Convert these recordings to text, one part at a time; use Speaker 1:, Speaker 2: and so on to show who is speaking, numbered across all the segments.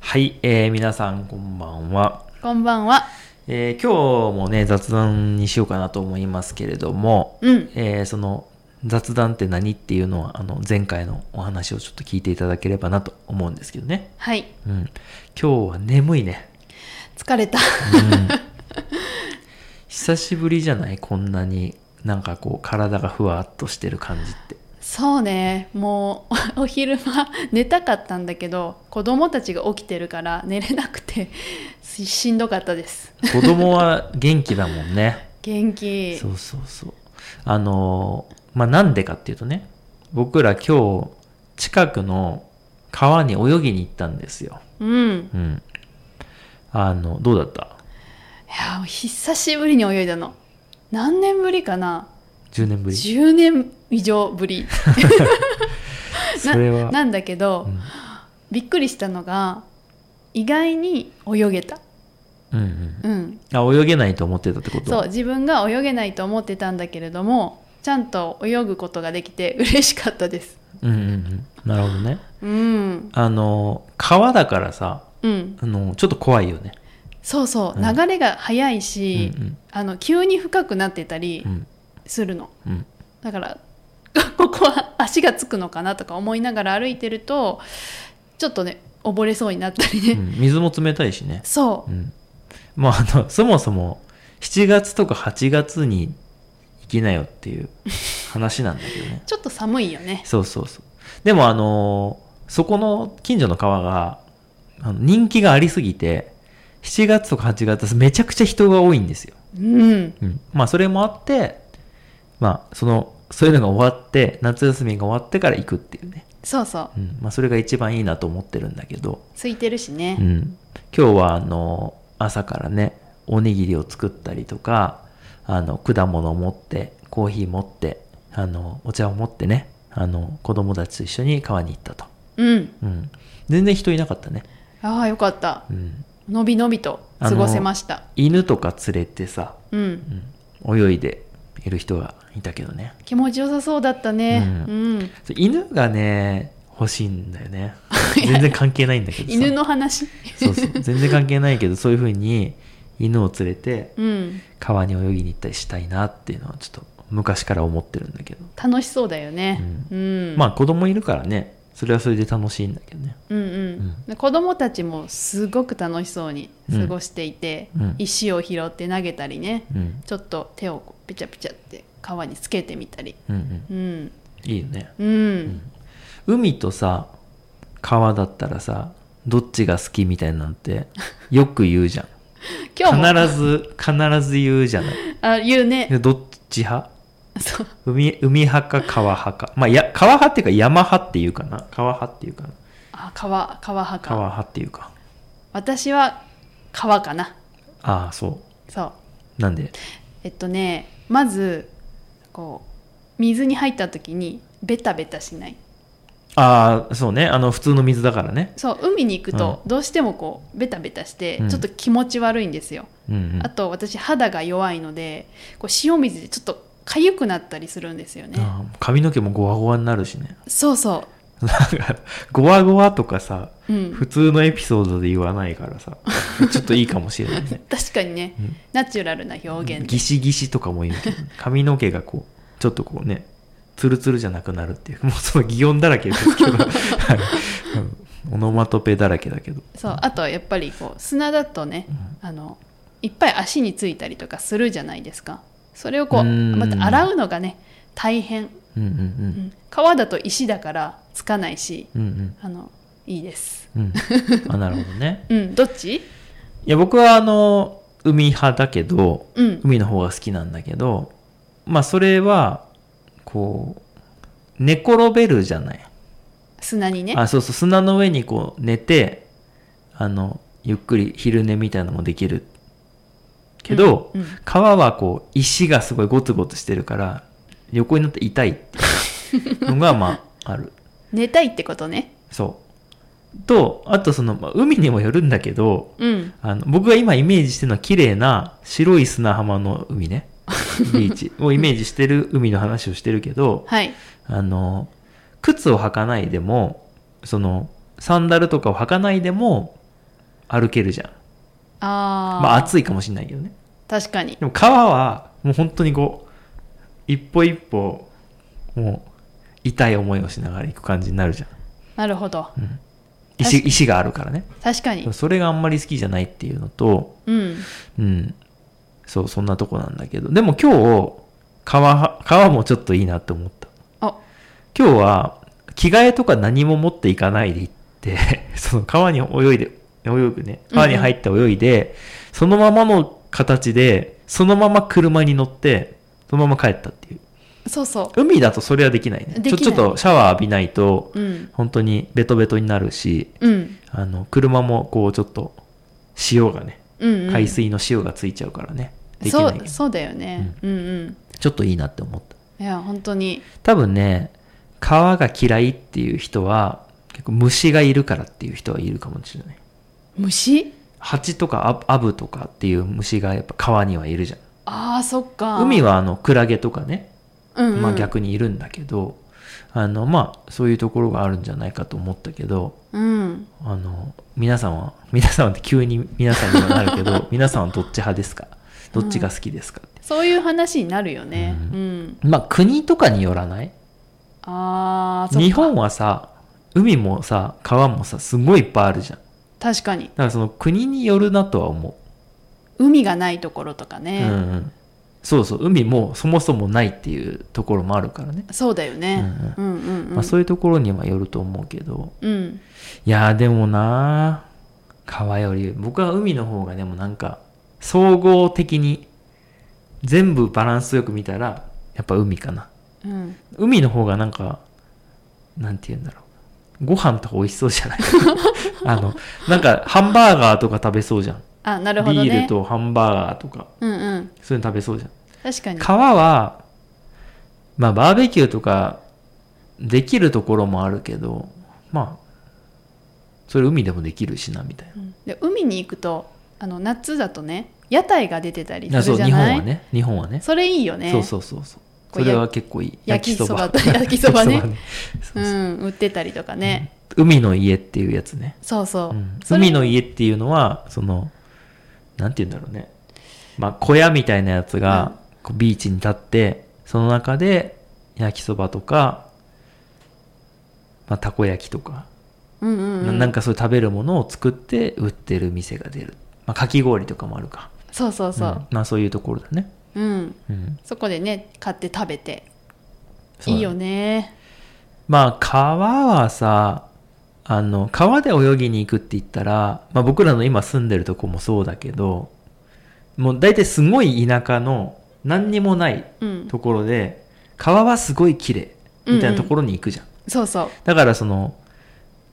Speaker 1: はい、えー皆さんこんばんは。
Speaker 2: こんばんは。
Speaker 1: えー今日もね、雑談にしようかなと思いますけれども、
Speaker 2: うん。
Speaker 1: えーその雑談って何っていうのは、あの、前回のお話をちょっと聞いていただければなと思うんですけどね。
Speaker 2: はい。
Speaker 1: うん。今日は眠いね。
Speaker 2: 疲れた。
Speaker 1: 久しぶりじゃないこんなに、なんかこう、体がふわっとしてる感じって。
Speaker 2: そうね。もう、 お昼間、寝たかったんだけど、子供たちが起きてるから、寝れなくて、 ししんどかったです。
Speaker 1: 子供は元気だもんね。
Speaker 2: 元気。
Speaker 1: そうそうそう。あのーまあ、なんでかっていうとね、僕ら今日、近くの川に泳ぎに行ったんですよ。
Speaker 2: うん。
Speaker 1: うん。あの、どうだった
Speaker 2: いや、久しぶりに泳いだの。何年ぶりかな
Speaker 1: ?10 年ぶり。
Speaker 2: ?10 年以上ぶり。な
Speaker 1: それは。
Speaker 2: なんだけど、
Speaker 1: うん
Speaker 2: びっくりしたのが、意外に泳げた。
Speaker 1: うんうん
Speaker 2: うん。
Speaker 1: あ、泳げないと思ってたってこと
Speaker 2: そう自分が泳げないと思ってたんだけれどもちゃんと泳ぐことができて嬉しかったです
Speaker 1: うんうんうん。なるほどね。
Speaker 2: うん
Speaker 1: あのー、川だからさ、
Speaker 2: うん
Speaker 1: あのー、ちょっと怖いよね。
Speaker 2: そうそう、
Speaker 1: うん
Speaker 2: 流れが速いうし、
Speaker 1: ん
Speaker 2: あの急に深くなってたり
Speaker 1: うん。うん
Speaker 2: するの、
Speaker 1: うん。
Speaker 2: だから ここは足がつくのかなとか思いながら歩いてるとちょっとね溺れそうになったりね、
Speaker 1: うん水も冷たいしね。。
Speaker 2: そううん
Speaker 1: まあ、あの、そもそも、7月とか8月に行きなよっていう話なんだけどね。
Speaker 2: ちょっと寒いよね
Speaker 1: そうそうそう。でも、あのーそこの近所の川が、あの人気がありすぎて、7月とか8月、めちゃくちゃ人が多いんですよ。
Speaker 2: うん
Speaker 1: うん。まあ、それもあって、まあ、その、そういうのが終わって、夏休みが終わってから行くっていうね。
Speaker 2: そうそう
Speaker 1: うん。まあ、それが一番いいなと思ってるんだけど。
Speaker 2: 空いてるしね、
Speaker 1: うん、今日はあの朝からねおにぎりを作ったりとかあの果物を持ってコーヒー持ってあのお茶を持ってねあの子供たちと一緒に川に行ったと、
Speaker 2: うん
Speaker 1: うん、全然人いなかったね、
Speaker 2: ああよかった
Speaker 1: うん、
Speaker 2: のびのびと過ごせました
Speaker 1: 犬とか連れてさ、
Speaker 2: うん
Speaker 1: うん、泳いでいる人がいたけどね
Speaker 2: 気持ちよさそうだったね、
Speaker 1: う
Speaker 2: うん
Speaker 1: そう犬がね欲しいんだよね 全然関係ないんだけどさ
Speaker 2: 犬の話
Speaker 1: そうそう全然関係ないけどそういう風に犬を連れて
Speaker 2: うん
Speaker 1: 川に泳ぎに行ったりしたいなっていうのはちょっと昔から思ってるんだけど、
Speaker 2: 楽しそうだよね、うん
Speaker 1: まあ子供いるからねそれはそれで楽しいんだけどね
Speaker 2: うんうん子供たちもすごく楽しそうに過ごしていて、
Speaker 1: うん
Speaker 2: 石を拾って投げたりね、
Speaker 1: うん
Speaker 2: ちょっと手をこうピチャピチャって川につけてみたり
Speaker 1: うんうん
Speaker 2: うん
Speaker 1: いいよね
Speaker 2: うん、
Speaker 1: 海とさ川だったらさどっちが好きみたいなん てよく言うじゃん
Speaker 2: 今日も
Speaker 1: 必ず必ず言うじゃない
Speaker 2: あ言うね
Speaker 1: でどっち派
Speaker 2: そう
Speaker 1: 海海派か川派かまあや川派っていうか山派っていうかな川派っていうかな
Speaker 2: あ川川派か
Speaker 1: 川派っていうか
Speaker 2: 私は川かな
Speaker 1: ああそ
Speaker 2: そう
Speaker 1: うなんで
Speaker 2: えっとねまずこう水に入った時にベタベタしない
Speaker 1: ああそうねあの普通の水だからね
Speaker 2: そう海に行くとどうしてもこうベタベタして
Speaker 1: うん
Speaker 2: ちょっと気持ち悪いんですよ、
Speaker 1: うんうん
Speaker 2: あと私肌が弱いのでこう塩水でちょっと痒くなったりするんですよね、
Speaker 1: ああ髪の毛もゴワゴワになるしね
Speaker 2: そうそ
Speaker 1: なんかゴワゴワとかさ
Speaker 2: う、うん、
Speaker 1: 普通のエピソードで言わないからさちょっといいかもしれないね
Speaker 2: 確かにね、
Speaker 1: うん
Speaker 2: ナチュラルな表現で
Speaker 1: ギシギシとかも言うけど髪の毛がこうちょっとこうねツルツルじゃなくなるっていうもうその擬音だらけですけど はいうんオノマトペだらけだけど
Speaker 2: そうあとやっぱりこう砂だとねあのいっぱい足についたりとかするじゃないですかそれをこう
Speaker 1: うん
Speaker 2: また洗うのがね大変、
Speaker 1: うんうん
Speaker 2: うん川だと石だからつかないし
Speaker 1: うんうんうん
Speaker 2: あのいいです
Speaker 1: うんあなるほどね
Speaker 2: うんどっち
Speaker 1: いや僕はあの海派だけど
Speaker 2: うん
Speaker 1: 海の方が好きなんだけどまあそれはこう寝転べるじゃない
Speaker 2: 砂にね
Speaker 1: あそうそう砂の上にこう寝てあのゆっくり昼寝みたいなのもできるけど、
Speaker 2: うんうん
Speaker 1: 川はこう石がすごいゴツゴツしてるから横になって痛いっていうのがまあある
Speaker 2: 寝たいってことね
Speaker 1: そうとあとその、まあ、海にもよるんだけど
Speaker 2: うん
Speaker 1: あの僕が今イメージしてるのは綺麗な白い砂浜の海 ねビーチをイメージしてる海の話をしてるけど
Speaker 2: はい
Speaker 1: あの靴を履かないでもそのサンダルとかを履かないでも歩けるじゃん。
Speaker 2: あー、
Speaker 1: まあ暑いかもしれないけどね。
Speaker 2: 確かに
Speaker 1: でも川はもう本当にこう、一歩一歩、もう痛い思いをしながら行く感じになるじゃん。
Speaker 2: なるほど
Speaker 1: 石
Speaker 2: 確か
Speaker 1: 石があるからね。
Speaker 2: 確かに
Speaker 1: それがあんまり好きじゃないっていうのと、
Speaker 2: うん
Speaker 1: うん。そう、そんなとこなんだけど。でも今日、川、川もちょっといいなって思った。
Speaker 2: あ
Speaker 1: 今日は、着替えとか何も持っていかないで行って、 その川に泳いで、泳ぐね、川に入って泳いで、そのままの形で、そのまま車に乗って、そのまま帰ったっていう。
Speaker 2: そうそ
Speaker 1: 海だとそれはできないね。
Speaker 2: できない
Speaker 1: ちょちょっとシャワー浴びないと、
Speaker 2: ううん
Speaker 1: 本当にベトベトになるし、
Speaker 2: うん
Speaker 1: あの、車もこうちょっと、塩がね、
Speaker 2: うん、うん、
Speaker 1: 海水の塩がついちゃうからね。でき
Speaker 2: そ
Speaker 1: ないけ
Speaker 2: う
Speaker 1: ど
Speaker 2: そうだよね、うん、うん
Speaker 1: ちょっといいなって思った。
Speaker 2: いや本当に
Speaker 1: 多分ね、皮が嫌いっていう人は、結構虫がいるからっていう人はいるかもしれない。
Speaker 2: 虫
Speaker 1: 蜂とかアアブとかっていう虫がやっぱ川にはいるじゃ
Speaker 2: あーそっか
Speaker 1: ん。海、はあのクラゲとかね、
Speaker 2: うんうん、
Speaker 1: まあ逆にいるんだけど、あのまあそういうところがあるんじゃないかと思ったけど、
Speaker 2: うん
Speaker 1: あの皆さんは、皆さんはって急に皆さんにはなるけ ど、皆さんはどっち派ですかどっちが好きですか、
Speaker 2: そういう話になるよね
Speaker 1: う
Speaker 2: うんん、
Speaker 1: まあ国とかによらない
Speaker 2: あーそっか
Speaker 1: 日本はさ海もさ川もさすごいいっぱいあるじゃんだ
Speaker 2: 確かに
Speaker 1: からその国によるなとは思
Speaker 2: 海がないところとか
Speaker 1: う、
Speaker 2: ね、
Speaker 1: うんうん、そうそう海もそもそもないっていうところもあるからね、
Speaker 2: そうだよね、
Speaker 1: う
Speaker 2: うん、うんうん
Speaker 1: まあ、そういうところにはよると思うけど
Speaker 2: うん
Speaker 1: いやーでもなー川より僕は海の方がでもなんか総合的に全部バランスよく見たらやっぱ海かな
Speaker 2: うん、
Speaker 1: 海の方がなんかなんて言うんだろうご飯とか美味しそうじゃない あのなんかハンバーガーとか食べそうじゃん、
Speaker 2: あなるほどね
Speaker 1: ビールとハンバーガーとか
Speaker 2: うんうん
Speaker 1: そういうの食べそうじゃん
Speaker 2: 確かに
Speaker 1: 川はまあバーベキューとかできるところもあるけどまあそれ海でもできるしなみたい
Speaker 2: うんで海に行くとあの夏だとね屋台が出てたり
Speaker 1: なあ
Speaker 2: す
Speaker 1: そ
Speaker 2: る
Speaker 1: う
Speaker 2: じ
Speaker 1: 日
Speaker 2: ゃ
Speaker 1: 本
Speaker 2: ない
Speaker 1: はね日本はね
Speaker 2: それいいよね
Speaker 1: そうそうそうそうそ
Speaker 2: こ
Speaker 1: うれは結構いい
Speaker 2: 焼きそばと
Speaker 1: 焼
Speaker 2: 焼
Speaker 1: き
Speaker 2: き
Speaker 1: そ
Speaker 2: そ
Speaker 1: ば
Speaker 2: ば
Speaker 1: ね
Speaker 2: ね
Speaker 1: そうそう
Speaker 2: うん、売ってたりとかね、
Speaker 1: 海の家っていうやつね
Speaker 2: そうそう、
Speaker 1: うん
Speaker 2: それ
Speaker 1: 海の家っていうのはそのなんて言うんだろうね、まあ、小屋みたいなやつがこうビーチに立ってその中で焼きそばとか、まあ、たこ焼きとか、
Speaker 2: うんうんうん
Speaker 1: ななんかそういう食べるものを作って売ってる店が出る、まあ、かき氷とかもあるか
Speaker 2: そうそうそ
Speaker 1: ん
Speaker 2: う
Speaker 1: まあ、そういうところだね、
Speaker 2: うん、
Speaker 1: うん、
Speaker 2: そこでね買って食べて
Speaker 1: そうだ
Speaker 2: いいよね
Speaker 1: まあ川はさあの川で泳ぎに行くって言ったら、まあ、僕らの今住んでるとこもそうだけどもう大体すごい田舎の何にもない
Speaker 2: うん
Speaker 1: ところで川はすごい綺麗みたいなところに行くじゃん、
Speaker 2: そうそう
Speaker 1: だからその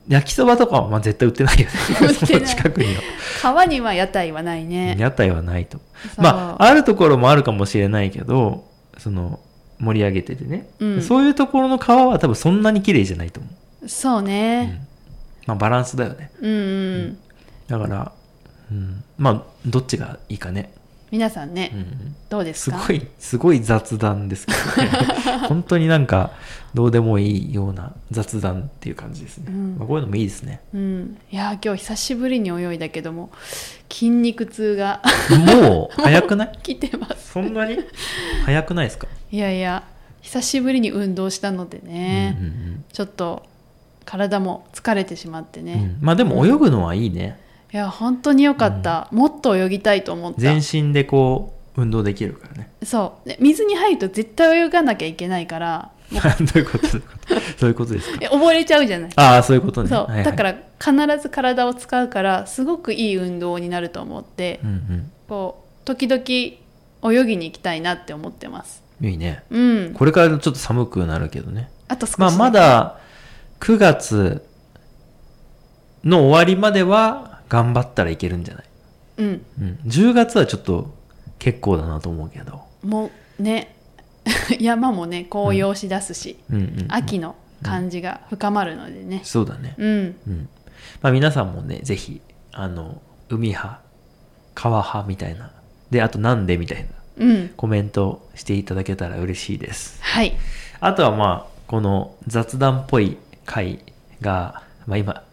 Speaker 1: 焼きそばとかはまあ絶対売ってないよね
Speaker 2: 売 っ
Speaker 1: そ
Speaker 2: て
Speaker 1: の
Speaker 2: ない
Speaker 1: 近くには、
Speaker 2: 川には屋台はないね
Speaker 1: 屋台はないと
Speaker 2: そう
Speaker 1: まああるところもあるかもしれないけどその盛り上げててね、
Speaker 2: うん
Speaker 1: そういうところの川は多分そんなに綺麗じゃないと思う
Speaker 2: そうね
Speaker 1: まあバランスだよね。
Speaker 2: うん、うん
Speaker 1: だから、うん、まあどっちがいいかね。
Speaker 2: 皆さんね、
Speaker 1: うん、
Speaker 2: どうです
Speaker 1: す
Speaker 2: か
Speaker 1: ごい、すごい雑談ですけ どね。本当になんかどうでもいいような雑談っていう感じですね。
Speaker 2: うん
Speaker 1: まあ、こういうのもいいですね。
Speaker 2: うん、いやー今日久しぶりに泳いだけども筋肉痛が
Speaker 1: もう早くない
Speaker 2: 来てます
Speaker 1: そんなに早くないですか、
Speaker 2: いやいや久しぶりに運動したのでね、
Speaker 1: うんうん
Speaker 2: ちょっと体も疲れてしまって
Speaker 1: うんう
Speaker 2: ね、
Speaker 1: んまあでも泳ぐのはいいね。
Speaker 2: いや本当に良かった、もっと泳ぎたいと思った
Speaker 1: 全身でこう運動できるからね。
Speaker 2: そうで水に入ると絶対泳がなきゃいけないから
Speaker 1: どういうことどういうことそういうことですか
Speaker 2: え溺れちゃうじゃない
Speaker 1: ああ、そういうことね。
Speaker 2: そう、
Speaker 1: はいはい
Speaker 2: だから必ず体を使うからすごくいい運動になると思って、
Speaker 1: うん
Speaker 2: こう時々泳ぎに行きたいなって思ってます
Speaker 1: うん。いいね。
Speaker 2: うん
Speaker 1: これからちょっと寒くなるけどね。
Speaker 2: あと少し、
Speaker 1: まあ、まだ9月の終わりまでは頑張ったらいけるんじゃない、
Speaker 2: うん
Speaker 1: うん、?10 月はちょっと結構だなと思うけど。
Speaker 2: もうね 山もね紅葉しだすし、
Speaker 1: うんうん、
Speaker 2: 秋の感じが深まるのでね
Speaker 1: そうだね。
Speaker 2: うん
Speaker 1: うん。まあ、皆さんもね、ぜひ、あの、海派、川派みたいな。で、あとなんでみたいな
Speaker 2: うん
Speaker 1: コメントしていただけたら嬉しいです。
Speaker 2: はい
Speaker 1: あとはまあ、この雑談っぽい回が、まあ今、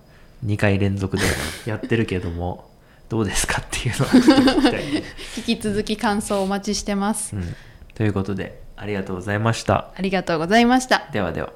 Speaker 1: 2回連続でやってるけども、 どうですかっていうのを聞きたいね、
Speaker 2: 引き続き感想お待ちしてます、
Speaker 1: うん、ということでありがとうございました
Speaker 2: ありがとうございました
Speaker 1: ではでは